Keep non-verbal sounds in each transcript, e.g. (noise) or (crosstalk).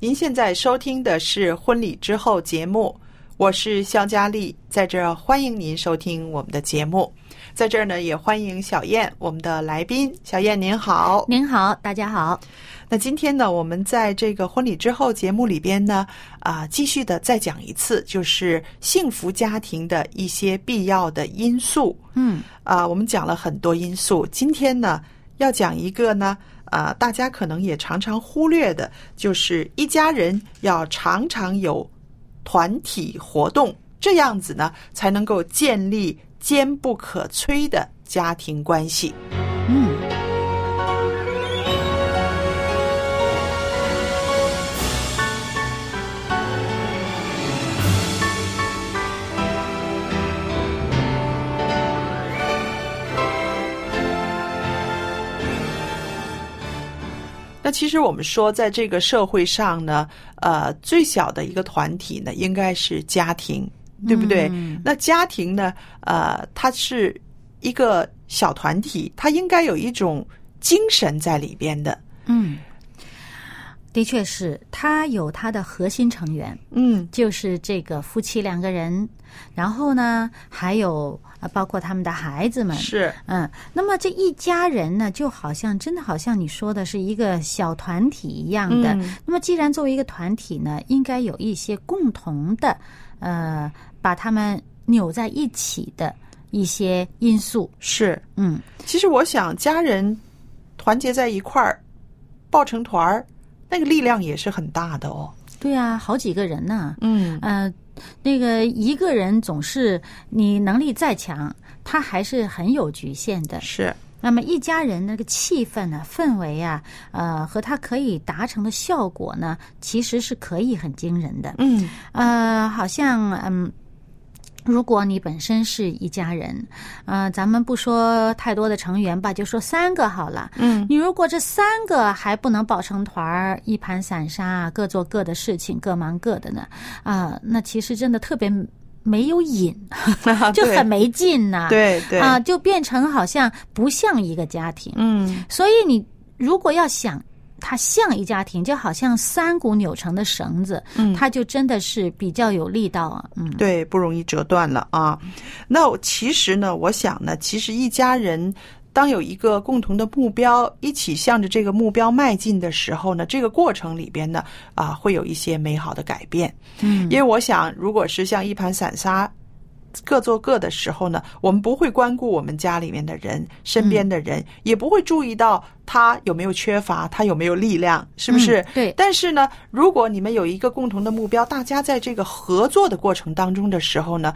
您现在收听的是《婚礼之后》节目，我是肖佳丽，在这儿欢迎您收听我们的节目，在这儿呢也欢迎小燕，我们的来宾，小燕您好。您好，大家好。那今天呢，我们在这个婚礼之后节目里边呢，啊、继续的再讲一次，就是幸福家庭的一些必要的因素。嗯，啊、我们讲了很多因素，今天呢要讲一个呢，啊、大家可能也常常忽略的，就是一家人要常常有团体活动，这样子呢才能够建立坚不可摧的家庭关系。嗯，那其实我们说，在这个社会上呢，呃，最小的一个团体呢，应该是家庭，对不对？嗯那家庭呢，呃，它是一个小团体，它应该有一种精神在里边的。嗯，的确是，他有他的核心成员，嗯就是这个夫妻两个人，然后呢，还有啊，包括他们的孩子们。是，嗯，那么这一家人呢，就好像真的好像你说的是一个小团体一样的。嗯那么既然作为一个团体呢，应该有一些共同的，呃，把他们扭在一起的一些因素。是。嗯，其实我想，家人团结在一块儿，抱成团儿，那个力量也是很大的哦。对啊，好几个人呢、嗯，呃，那个一个人总是你能力再强，他还是很有局限的。是。那么一家人那个气氛啊、氛围啊，呃，和他可以达成的效果呢，其实是可以很惊人的。嗯呃，好像嗯。如果你本身是一家人，呃，咱们不说太多的成员吧，就说三个好了。嗯，你如果这三个还不能抱成团儿，一盘散沙，各做各的事情，各忙各的呢，啊、那其实真的特别没有瘾，就 (laughs) 对很没劲呐、对对啊、就变成好像不像一个家庭。嗯所以你如果要想它像一家庭，就好像三股扭成的绳子，嗯它就真的是比较有力道啊。嗯，对，不容易折断了啊。那我其实呢，我想呢，其实一家人当有一个共同的目标，一起向着这个目标迈进的时候呢，这个过程里边呢，啊，会有一些美好的改变。嗯，因为我想，如果是像一盘散沙。各做各的时候呢，我们不会关顾我们家里面的人、身边的嗯人，也不会注意到他有没有缺乏，他有没有力量，是不是？嗯对但是呢，如果你们有一个共同的目标，大家在这个合作的过程当中的时候呢，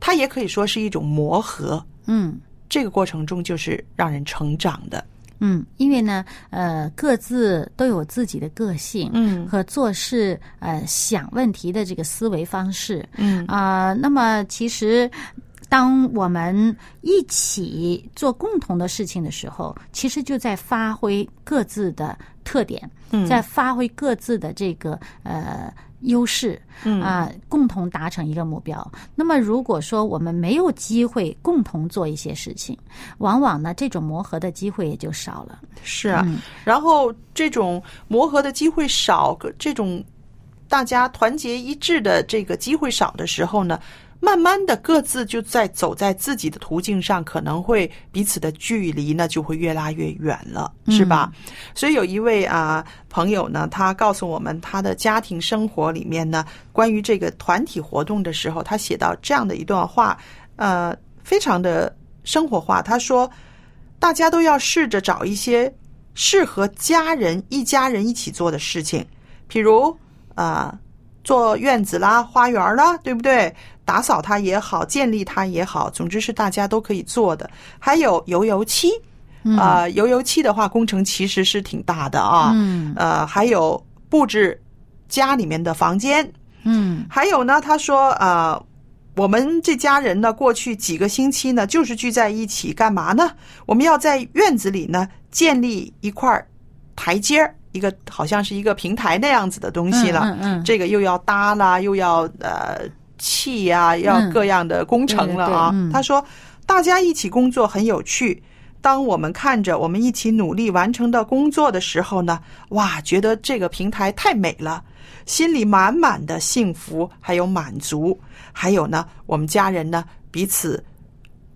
它也可以说是一种磨合。嗯。这个过程中就是让人成长的。嗯，因为呢，呃，各自都有自己的个性，嗯和做事呃想问题的这个思维方式嗯啊、那么其实，当我们一起做共同的事情的时候，其实就在发挥各自的特点，嗯再发挥各自的这个呃优势，嗯啊、共同达成一个目标。那么如果说我们没有机会共同做一些事情，往往呢这种磨合的机会也就少了。是啊，嗯然后这种磨合的机会少，这种大家团结一致的这个机会少的时候呢，慢慢的各自就在走在自己的途径上，可能会彼此的距离呢就会越拉越远了，是吧？所以有一位啊朋友呢，他告诉我们他的家庭生活里面呢，关于这个团体活动的时候，他写到这样的一段话，呃，非常的生活化。他说，大家都要试着找一些适合家人一家人一起做的事情，譬如啊、呃做院子啦、花园啦，对不对？打扫它也好，建立它也好，总之是大家都可以做的。还有油油漆，嗯啊、油油漆的话，工程其实是挺大的啊。嗯呃，还有布置家里面的房间，嗯还有呢，他说啊、呃我们这家人呢，过去几个星期呢，就是聚在一起干嘛呢？我们要在院子里呢，建立一块儿台阶儿，一个好像是一个平台那样子的东西了。嗯嗯嗯这个又要搭啦，又要呃砌呀、要嗯各样的工程了啊。对对对嗯他说，大家一起工作很有趣。当我们看着我们一起努力完成的工作的时候呢，哇，觉得这个平台太美了，心里满满的幸福，还有满足，还有呢，我们家人呢彼此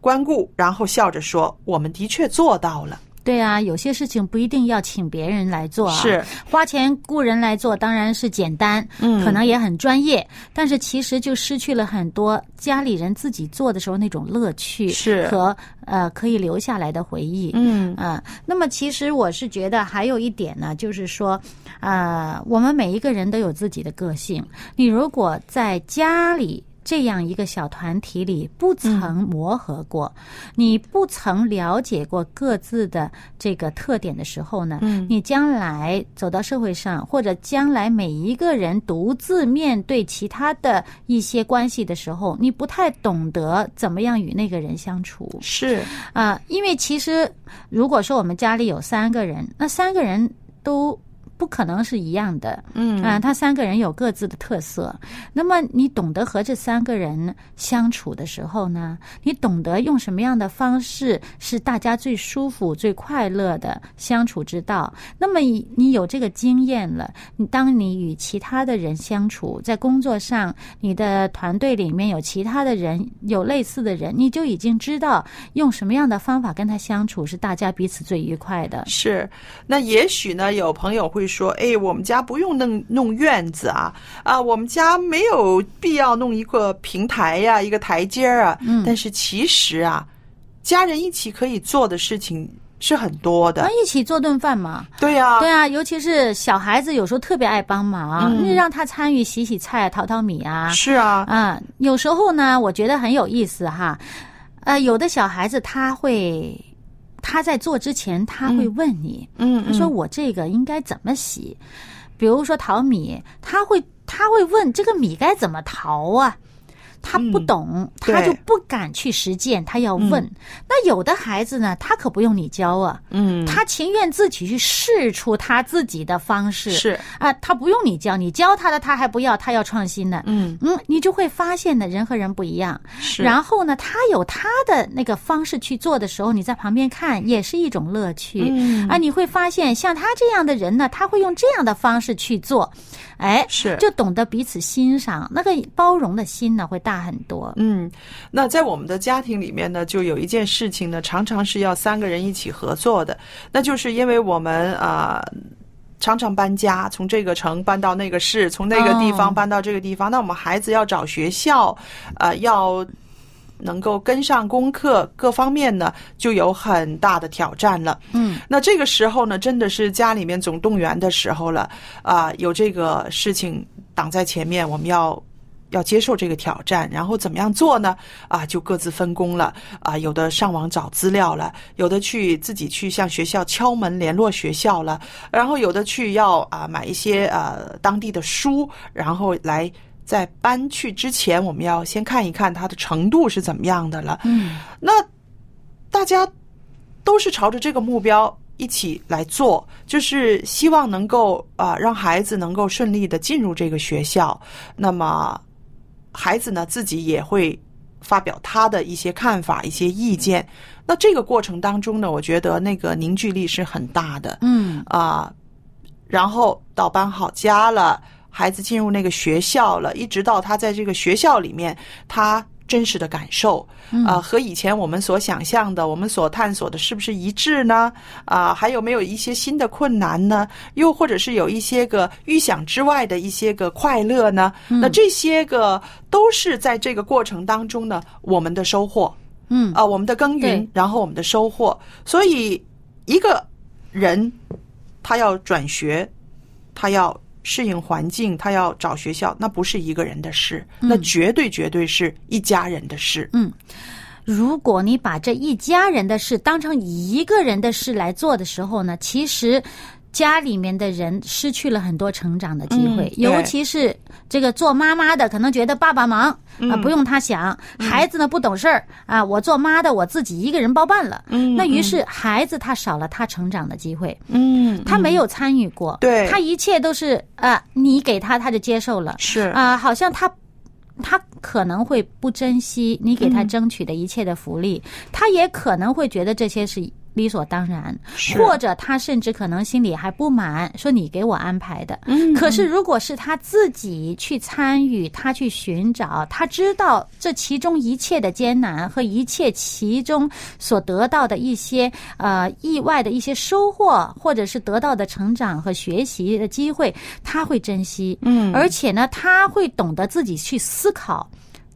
关顾，然后笑着说，我们的确做到了。对啊，有些事情不一定要请别人来做啊，是花钱雇人来做，当然是简单，嗯可能也很专业，但是其实就失去了很多家里人自己做的时候那种乐趣，是和呃可以留下来的回忆，嗯嗯，那么其实我是觉得还有一点呢，就是说，呃，我们每一个人都有自己的个性。你如果在家里这样一个小团体里不曾嗯磨合过，你不曾了解过各自的这个特点的时候呢，嗯你将来走到社会上，或者将来每一个人独自面对其他的一些关系的时候，你不太懂得怎么样与那个人相处。是啊，因为其实如果说我们家里有三个人，那三个人都不可能是一样的，嗯啊，他三个人有各自的特色。那么你懂得和这三个人相处的时候呢，你懂得用什么样的方式是大家最舒服、最快乐的相处之道。那么你你有这个经验了，你当你与其他的人相处，在工作上，你的团队里面有其他的人，有类似的人，你就已经知道用什么样的方法跟他相处是大家彼此最愉快的。是，那也许呢，有朋友会说，哎，我们家不用弄弄院子啊，啊，我们家没有必要弄一个平台呀、一个台阶儿啊。嗯，但是其实啊，家人一起可以做的事情是很多的。那一起做顿饭嘛，对呀、哎对啊，尤其是小孩子，有时候特别爱帮忙，啊嗯你让他参与洗洗菜、淘淘米啊。是啊，啊，有时候呢，我觉得很有意思哈。呃，有的小孩子他会，他在做之前他会问你，嗯，他说嗯我这个应该怎么洗？比如说淘米，他会他会问这个米该怎么淘啊？他不懂，他嗯对就不敢去实践，他要问。那有的孩子呢，他可不用你教啊，嗯，他情愿自己去试出他自己的方式。是，啊，他不用你教，你教他的他还不要，他要创新呢。嗯，嗯，你就会发现呢，人和人不一样。是，然后呢，他有他的那个方式去做的时候，你在旁边看也是一种乐趣。嗯啊，你会发现像他这样的人呢，他会用这样的方式去做，哎，是就懂得彼此欣赏，那个包容的心呢会大很多。嗯，那在我们的家庭里面呢，就有一件事情呢，常常是要三个人一起合作的，那就是因为我们啊。呃常常搬家，从这个城搬到那个市，从那个地哦方搬到这个地方。那我们孩子要找学校，呃，要能够跟上功课，各方面呢就有很大的挑战了。嗯，那这个时候呢，真的是家里面总动员的时候了啊、有这个事情挡在前面，我们要。要接受这个挑战，然后怎么样做呢？啊，就各自分工了啊，有的上网找资料了，有的去自己去向学校敲门联络学校了，然后有的去要啊买一些呃当地的书，然后来在搬去之前，我们要先看一看它的程度是怎么样的了。嗯，那大家都是朝着这个目标一起来做，就是希望能够啊、让孩子能够顺利的进入这个学校。那么孩子呢自己也会发表他的一些看法、一些意见。那这个过程当中呢，我觉得那个凝聚力是很大的。嗯啊，然后到搬好家了，孩子进入那个学校了，一直到他在这个学校里面，他真实的感受嗯啊，和以前我们所想象的、我们所探索的是不是一致呢？啊，还有没有一些新的困难呢？又或者是有一些个预想之外的一些个快乐呢？那这些个都是在这个过程当中呢，我们的收获。嗯啊、我们的耕耘对，然后我们的收获。所以，一个人他要转学，他要适应环境，他要找学校，那不是一个人的事，嗯那绝对绝对是一家人的事。如果你把这一家人的事当成一个人的事来做的时候呢，其实家里面的人失去了很多成长的机会嗯，对尤其是这个做妈妈的，可能觉得爸爸忙啊、嗯不用他想，孩子呢不懂事儿啊，我做妈的我自己一个人包办了，嗯那于是孩子他少了他成长的机会，嗯，他没有参与过，对他一切都是啊，你给他他就接受了，是啊、好像他他可能会不珍惜你给他争取的一切的福利，他也可能会觉得这些是理所当然，是或者他甚至可能心里还不满，说你给我安排的。嗯可是如果是他自己去参与，他去寻找，他知道这其中一切的艰难和一切其中所得到的一些呃意外的一些收获，或者是得到的成长和学习的机会，他会珍惜。嗯而且呢，他会懂得自己去思考。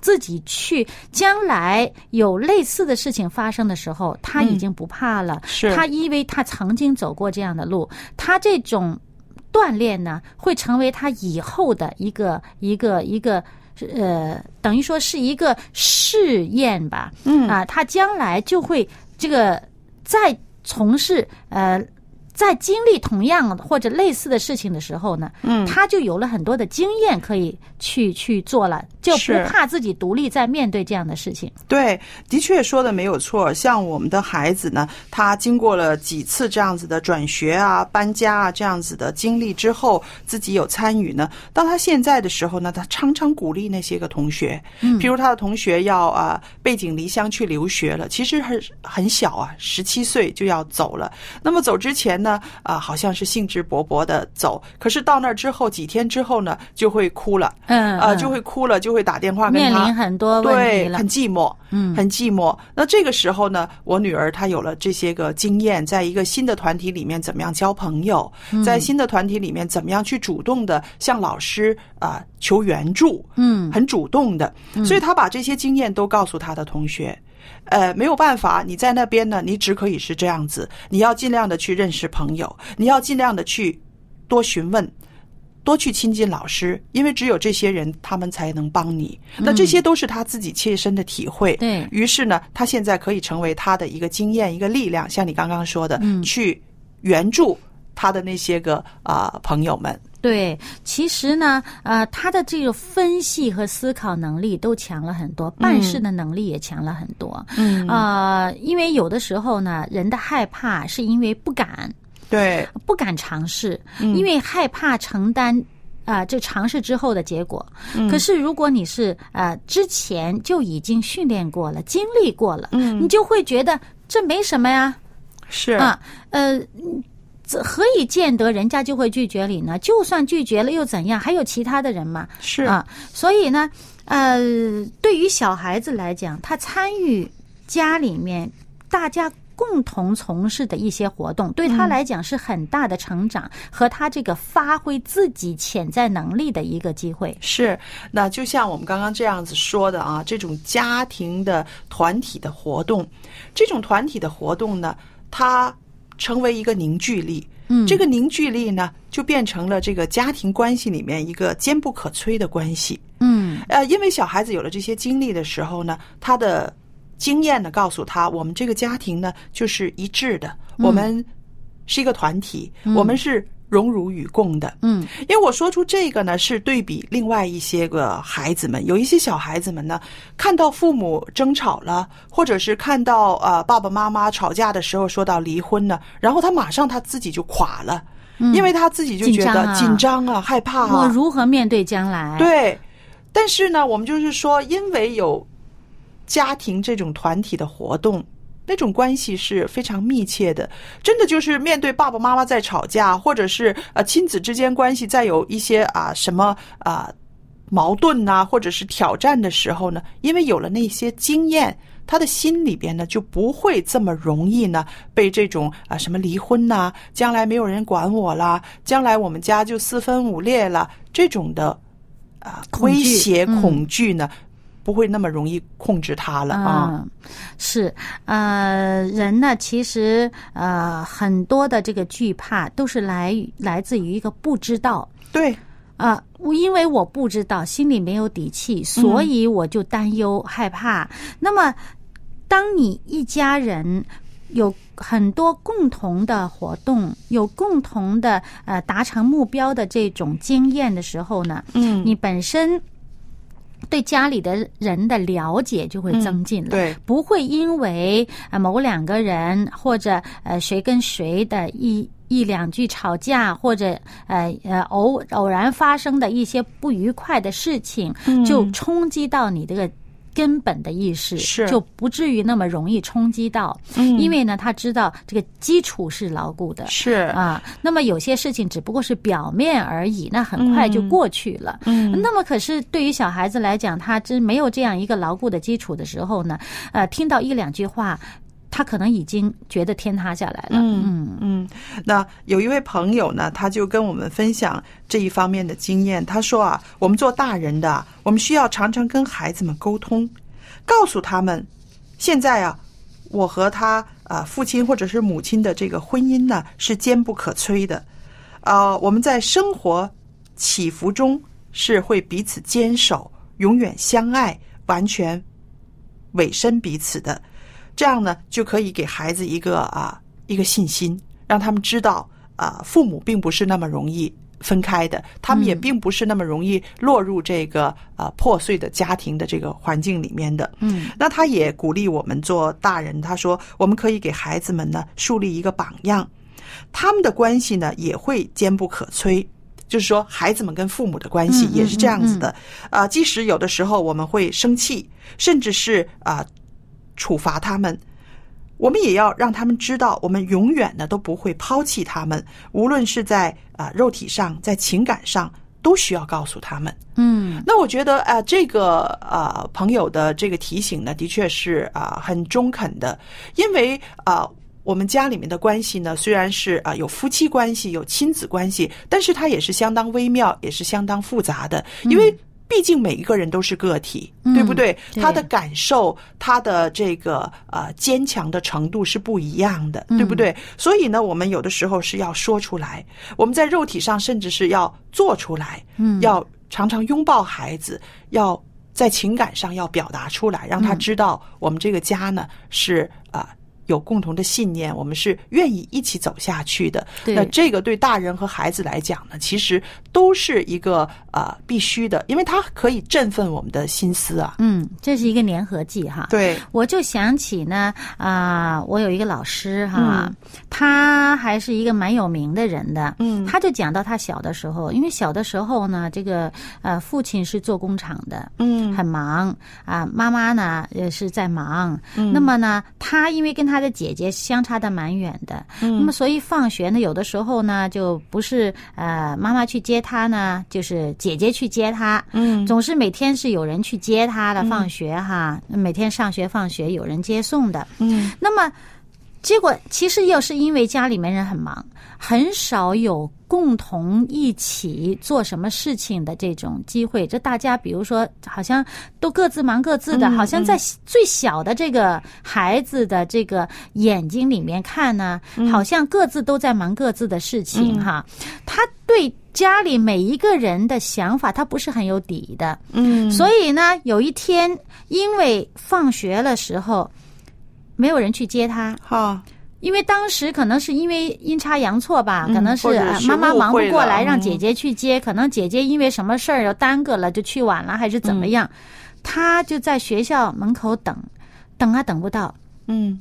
自己去，将来有类似的事情发生的时候，嗯他已经不怕了。是他因为他曾经走过这样的路，他这种锻炼呢，会成为他以后的一个一个一个。呃，等于说是一个试验吧，嗯啊，他将来就会这个再从事呃，在经历同样或者类似的事情的时候呢，嗯，他就有了很多的经验可以去去做了，就不是怕自己独立在面对这样的事情。对，的确说的没有错。像我们的孩子呢，他经过了几次这样子的转学啊、搬家啊这样子的经历之后，自己有参与呢。到他现在的时候呢，他常常鼓励那些个同学，嗯，比如他的同学要啊、背井离乡去留学了，其实很很小啊，十七岁就要走了。那么走之前呢，啊、好像是兴致勃勃的走，可是到那儿之后几天之后呢，就会哭了，嗯啊、就会哭了，就会打电话跟面他临很多问对题，了很。寂寞，嗯，很寂寞。那这个时候呢，我女儿她有了这些个经验，在一个新的团体里面怎么样交朋友，在新的团体里面怎么样去主动的向老师啊、求援助，嗯很主动的，所以她把这些经验都告诉她的同学。呃，没有办法，你在那边呢，你只可以是这样子，你要尽量的去认识朋友，你要尽量的去多询问，多去亲近老师，因为只有这些人，他们才能帮你。那这些都是他自己切身的体会。对于是呢，他现在可以成为他的一个经验、一个力量，像你刚刚说的，去援助他的那些个啊、朋友们。对，其实呢，呃，他的这个分析和思考能力都强了很多，办事的能力也强了很多。嗯呃，因为有的时候呢，人的害怕是因为不敢，对，不敢尝试，因为害怕承担。啊，这尝试之后的结果。可是，如果你是呃之前就已经训练过了、经历过了，你就会觉得这没什么呀，是啊，呃，嗯这何以见得人家就会拒绝你呢？就算拒绝了又怎样？还有其他的人嘛，是啊，所以呢，呃，对于小孩子来讲，他参与家里面大家。共同从事的一些活动，对他来讲是很大的成长、和他这个发挥自己潜在能力的一个机会。是，那就像我们刚刚这样子说的啊，这种家庭的团体的活动，这种团体的活动呢，它成为一个凝聚力。嗯，这个凝聚力呢，就变成了这个家庭关系里面一个坚不可摧的关系。嗯呃，因为小孩子有了这些经历的时候呢，他的经验呢告诉他，我们这个家庭呢就是一致的，我们是一个团体，我们是荣辱与共的。嗯因为我说出这个呢，是对比另外一些个孩子们，有一些小孩子们呢，看到父母争吵了，或者是看到呃爸爸妈妈吵架的时候说到离婚呢，然后他马上他自己就垮了，因为他自己就觉得嗯紧张啊啊紧张啊、害怕我啊，如何面对将来？，对。但是呢，我们就是说，因为有家庭这种团体的活动。那种关系是非常密切的，真的就是面对爸爸妈妈在吵架，或者是呃亲子之间关系再有一些啊、什么啊、矛啊盾呐、或者是呃挑战的时候呢，因为有了那些经验，他的心里边呢就不会这么容易呢被这种啊、什么离婚呐、将来没有人管我啦，将来我们家就四分五裂了这种的啊、恐惧威胁嗯恐惧呢。不会那么容易控制他了啊！嗯，是，呃，人呢，其实呃，很多的这个惧怕都是来来自于一个不知道对，啊、我因为我不知道，心里没有底嗯气，所以我就担忧、害怕。那么，当你一家人有很多共同的活动，有共同的呃达成目标的这种经验的时候呢，嗯，你本身对家里的人的了解就嗯会增进了。对，不会因为呃某两个人或者呃谁跟谁的一一两句吵架，或者呃呃偶偶然发生的一些不愉快的事情，嗯就冲击到你这个根本的意识，是就不至于那么容易冲击到，嗯因为呢他知道这个基础是牢固的，是，啊，那么有些事情只不过是表面而已，那很快就过去了。嗯那么可是对于小孩子来讲，他真没有这样一个牢固的基础的时候呢，呃，听到一两句话，他可能已经觉得天塌下来了。嗯嗯，那有一位朋友呢，他就跟我们分享这一方面的经验。他说啊，我们做大人的啊，我们需要常常跟孩子们沟通，告诉他们，现在啊，我和他啊父亲或者是母亲的这个婚姻呢是坚不可摧的，啊，我们在生活起伏中是会彼此坚守，永远相爱，完全委身彼此的。这样呢，就可以给孩子一个啊一个信心，让他们知道啊，父母并不是那么容易分开的，他们也并不是那么容易落入这个啊破碎的家庭的这个环境里面的。嗯那他也鼓励我们做大人，他说我们可以给孩子们呢树立一个榜样，他们的关系呢也会坚不可摧。就是说，孩子们跟父母的关系嗯嗯也是这样子的，啊、即使有的时候我们会生气，甚至是啊、处罚他们，我们也要让他们知道，我们永远呢都不会抛弃他们，无论是在啊、肉体上，在情感上，都需要告诉他们。嗯那我觉得啊、呃这个啊、呃朋友的这个提醒呢，的确是啊、呃很中肯的，因为啊、呃我们家里面的关系呢，虽然是啊、呃有夫妻关系，有亲子关系，但是它也是相当微妙，也是相当复杂的，因为毕竟每一个人都是个体，嗯对不对？对他的感受，他的这个呃坚强的程度是不一样嗯的，对不对？所以呢，我们有的时候是要说出来，我们在肉体上甚至是要做出来，嗯要常常拥抱孩子，要在情感上要表达出来，让他知道我们这个家呢是啊、呃有共同的信念，我们是愿意一起走下去的。对那这个对大人和孩子来讲呢，其实都是一个呃必须的，因为它可以振奋我们的心思啊。嗯，这是一个粘合剂哈。对，我就想起呢，啊、我有一个老师哈，他还是一个蛮有名的人的，嗯他就讲到他小的时候，因为小的时候呢，这个呃，父亲是做工厂的，嗯很忙啊、妈妈呢也是在忙，嗯那么呢，他因为跟他的姐姐相差的蛮远的，嗯那么所以放学呢，有的时候呢就不是呃妈妈去接他呢，就是姐姐去接他，嗯总是每天是有人去接他的，放学哈，每天上学放学有人接送的。嗯那么，结果其实又是因为家里面人很忙，很少有共同一起做什么事情的这种机会。这大家比如说，好像都各自忙各自的，嗯好像在最小的这个孩子的这个眼睛里面看呢，嗯好像各自都在忙各自的事情哈。他对家里每一个人的想法，他不是很有底的。嗯所以呢，有一天因为放学的时候没有人去接他，好，因为当时可能是因为阴差阳错吧，嗯可能是或者啊是妈妈误忙不会过了来，让嗯姐姐去接，可能姐姐因为什么事儿要耽搁了，就去晚了还是怎么样，嗯他就在学校门口等，等啊等不到，嗯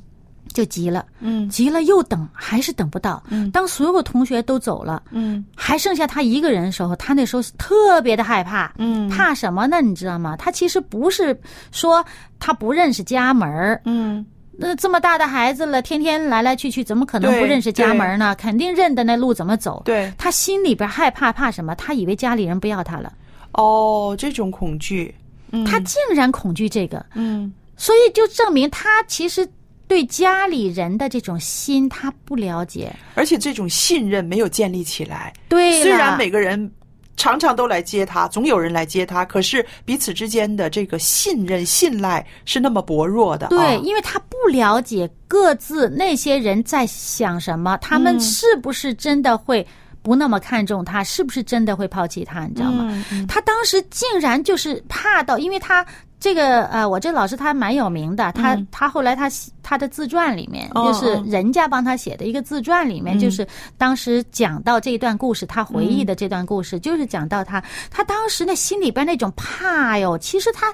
就急了，嗯急了又等，还是等不到。嗯当所有同学都走了，嗯还剩下他一个人的时候，他那时候特别的害怕。嗯怕什么呢？你知道吗？他其实不是说他不认识家门儿，嗯那这么大的孩子了，天天来来去去，怎么可能对不认识家门呢？肯定认得那路怎么走。对他心里边害怕，怕什么？他以为家里人不要他了，哦，这种恐惧，嗯他竟然恐惧这个，嗯所以就证明他其实对家里人的这种心他不了解。而且这种信任没有建立起来。对了，虽然每个人常常都来接他，总有人来接他，可是彼此之间的这个信任、信赖是那么薄弱的、啊。对，因为他不了解各自那些人在想什么，他们是不是真的会不那么看重他，是不是真的会抛弃他，你知道吗？嗯嗯他当时竟然就是怕到，因为他这个呃，我这老师他蛮有名的，他、嗯他后来他写他的自传里面，哦就是人家帮他写的一个自传里面，嗯就是当时讲到这一段故事，他回忆的这段故事，就是讲到他他当时那心里边那种怕哟，其实他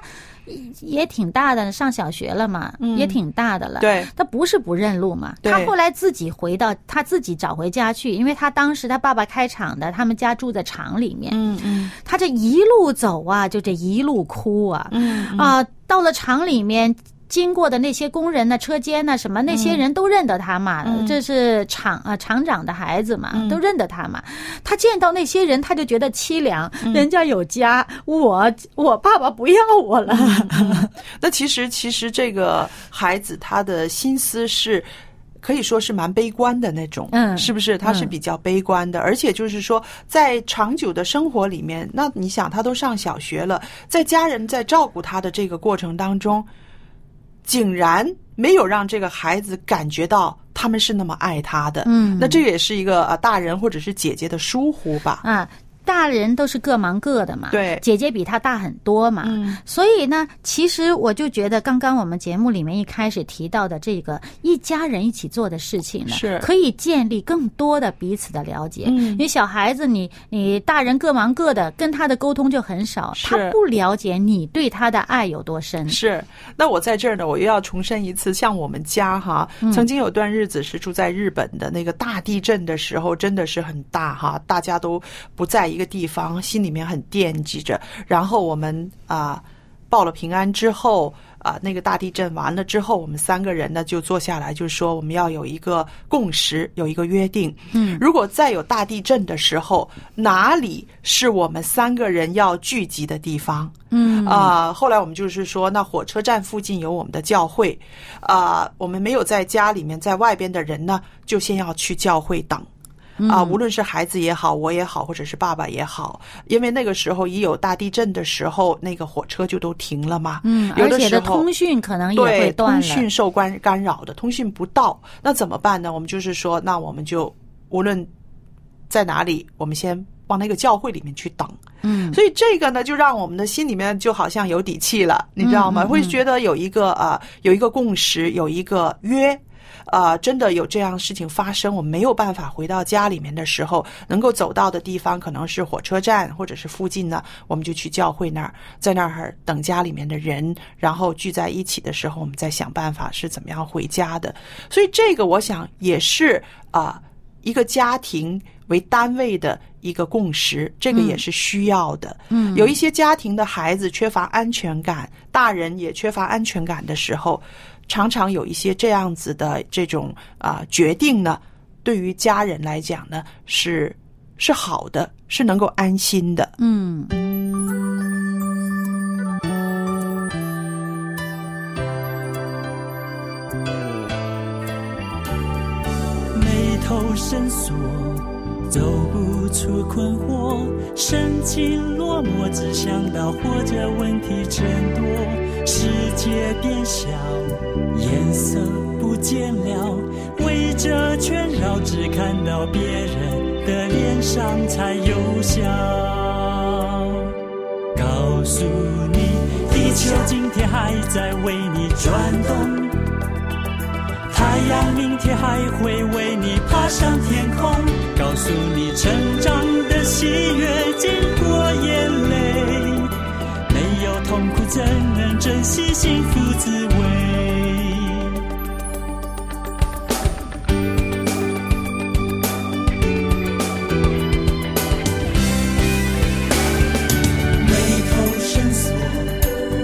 也也挺大的，上小学了嘛，也挺大的了，嗯对，他不是不认路嘛，对他后来自己回到他自己找回家去，因为他当时他爸爸开厂的，他们家住在厂里面，嗯嗯他这一路走啊，就这一路哭啊，嗯嗯啊，到了厂里面。经过的那些工人呢、车间呢，什么那些人都认得他嘛，嗯这是厂啊厂长的孩子嘛，嗯都认得他嘛。他见到那些人，他就觉得凄凉，嗯人家有家，我我爸爸不要我了。嗯那其实，其实这个孩子他的心思是。可以说是蛮悲观的那种，嗯是不是？他是比较悲观的，而且就是说，在长久的生活里面，那你想，他都上小学了，在家人在照顾他的这个过程当中，竟然没有让这个孩子感觉到他们是那么爱他的， (laughs) 嗯那这也是一个呃大人或者是姐姐的疏忽吧，啊，大人都是各忙各的嘛，对姐姐比他大很多嘛，嗯所以呢，其实我就觉得刚刚我们节目里面一开始提到的这个一家人一起做的事情呢，是可以建立更多的彼此的了解，嗯因为小孩子你你大人各忙各的，跟他的沟通就很少，是他不了解你对他的爱有多深，是，那我在这儿呢，我又要重申一次，像我们家哈，曾经有段日子是住在日本的，那个大地震的时候真的是很大哈，大家都不在一个地方，心里面很惦记着。然后我们啊、报了平安之后啊、那个大地震完了之后，我们三个人呢就坐下来，就说我们要有一个共识，有一个约定。嗯如果再有大地震的时候，哪里是我们三个人要聚集的地方？嗯啊、后来我们就是说，那火车站附近有我们的教会，啊、我们没有在家里面，在外边的人呢，就先要去教会等。嗯啊，无论是孩子也好，我也好，或者是爸爸也好，因为那个时候一有大地震的时候，那个火车就都停了嘛。嗯，有而的且时的候通讯可能也对会断了，通讯受干干扰的，通讯不到，那怎么办呢？我们就是说，那我们就无论在哪里，我们先往那个教会里面去等。嗯所以这个呢，就让我们的心里面就好像有底气了，你知道吗？嗯嗯会觉得有一个呃，有一个共识，有一个约。啊、真的有这样的事情发生，我没有办法回到家里面的时候，能够走到的地方可能是火车站或者是附近呢，我们就去教会那儿，在那儿等家里面的人，然后聚在一起的时候，我们再想办法是怎么样回家的。所以这个我想也是啊、一个家庭为单位的一个共识，这个也是需要的。嗯有一些家庭的孩子缺乏安全感，大人也缺乏安全感的时候，常常有一些这样子的这种啊、决定呢，对于家人来讲呢是是好的，是能够安心的。嗯。眉头深锁，走不出困惑，深情落寞，只想到活着问题真多，世界变小，颜色不见了，围着圈绕，只看到别人的脸上才有笑。告诉你，地球今天还在为你转动。太太阳明天还会为你爬上天空，告诉你成长的喜悦，经过眼泪，没有痛苦怎能珍惜幸福滋味？眉头深锁，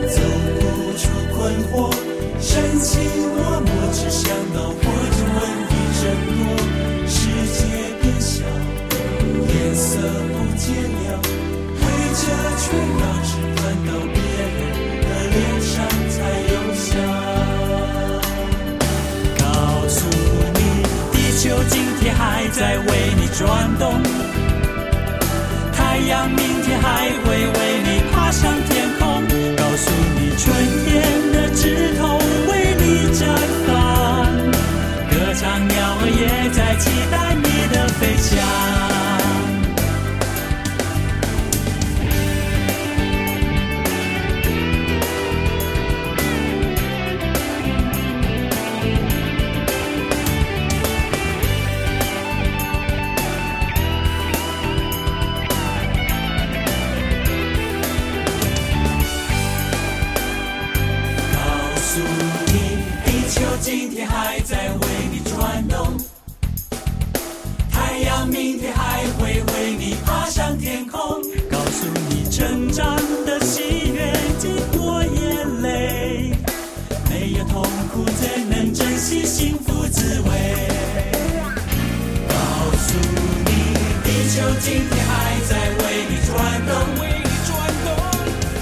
走不出困惑，深情落寞，只想到活着问题真多，世界变小，颜色不见了，围着圈绕，只看到别人的脸上才有笑。告诉你，地球今天还在为你转动，太阳明天还会为你爬上天空。告诉你，春天的枝头为你绽放，歌唱鸟儿也在期待你的飞翔。告诉你，地球今天还在为你转动，太阳明天还会为你爬上天空。告诉你，成长的喜悦经过眼泪，没有痛苦怎能珍惜幸福滋味？告诉你，地球今天还在为你转动，为你转动。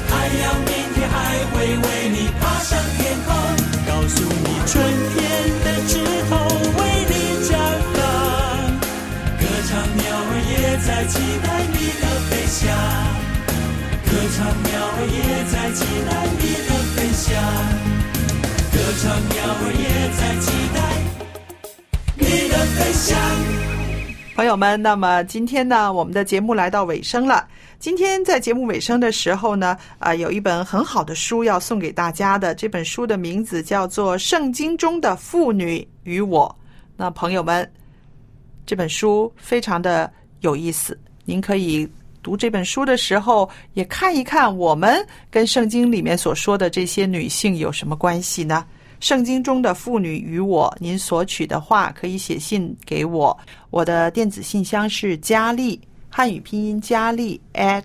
太阳明天还会为你爬上天空，告诉你春天的枝头为你绽放，歌唱鸟儿也在期待你的飞翔，歌唱鸟儿也在期待你的飞翔，歌唱鸟儿也在期待你的飞翔。朋友们，那么今天呢，我们的节目来到尾声了。今天在节目尾声的时候呢，啊、有一本很好的书要送给大家的。这本书的名字叫做《圣经中的妇女与我》。那朋友们，这本书非常的有意思，您可以读这本书的时候也看一看我们跟圣经里面所说的这些女性有什么关系呢？圣经中的妇女与我，您索取的话可以写信给我，我的电子信箱是佳丽，汉语拼音佳丽 at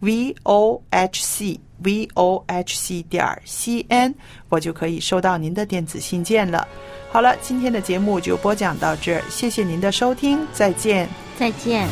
v o h c v o h c 点 c n，我就可以收到您的电子信件了。好了，今天的节目就播讲到这儿，谢谢您的收听，再见。再见。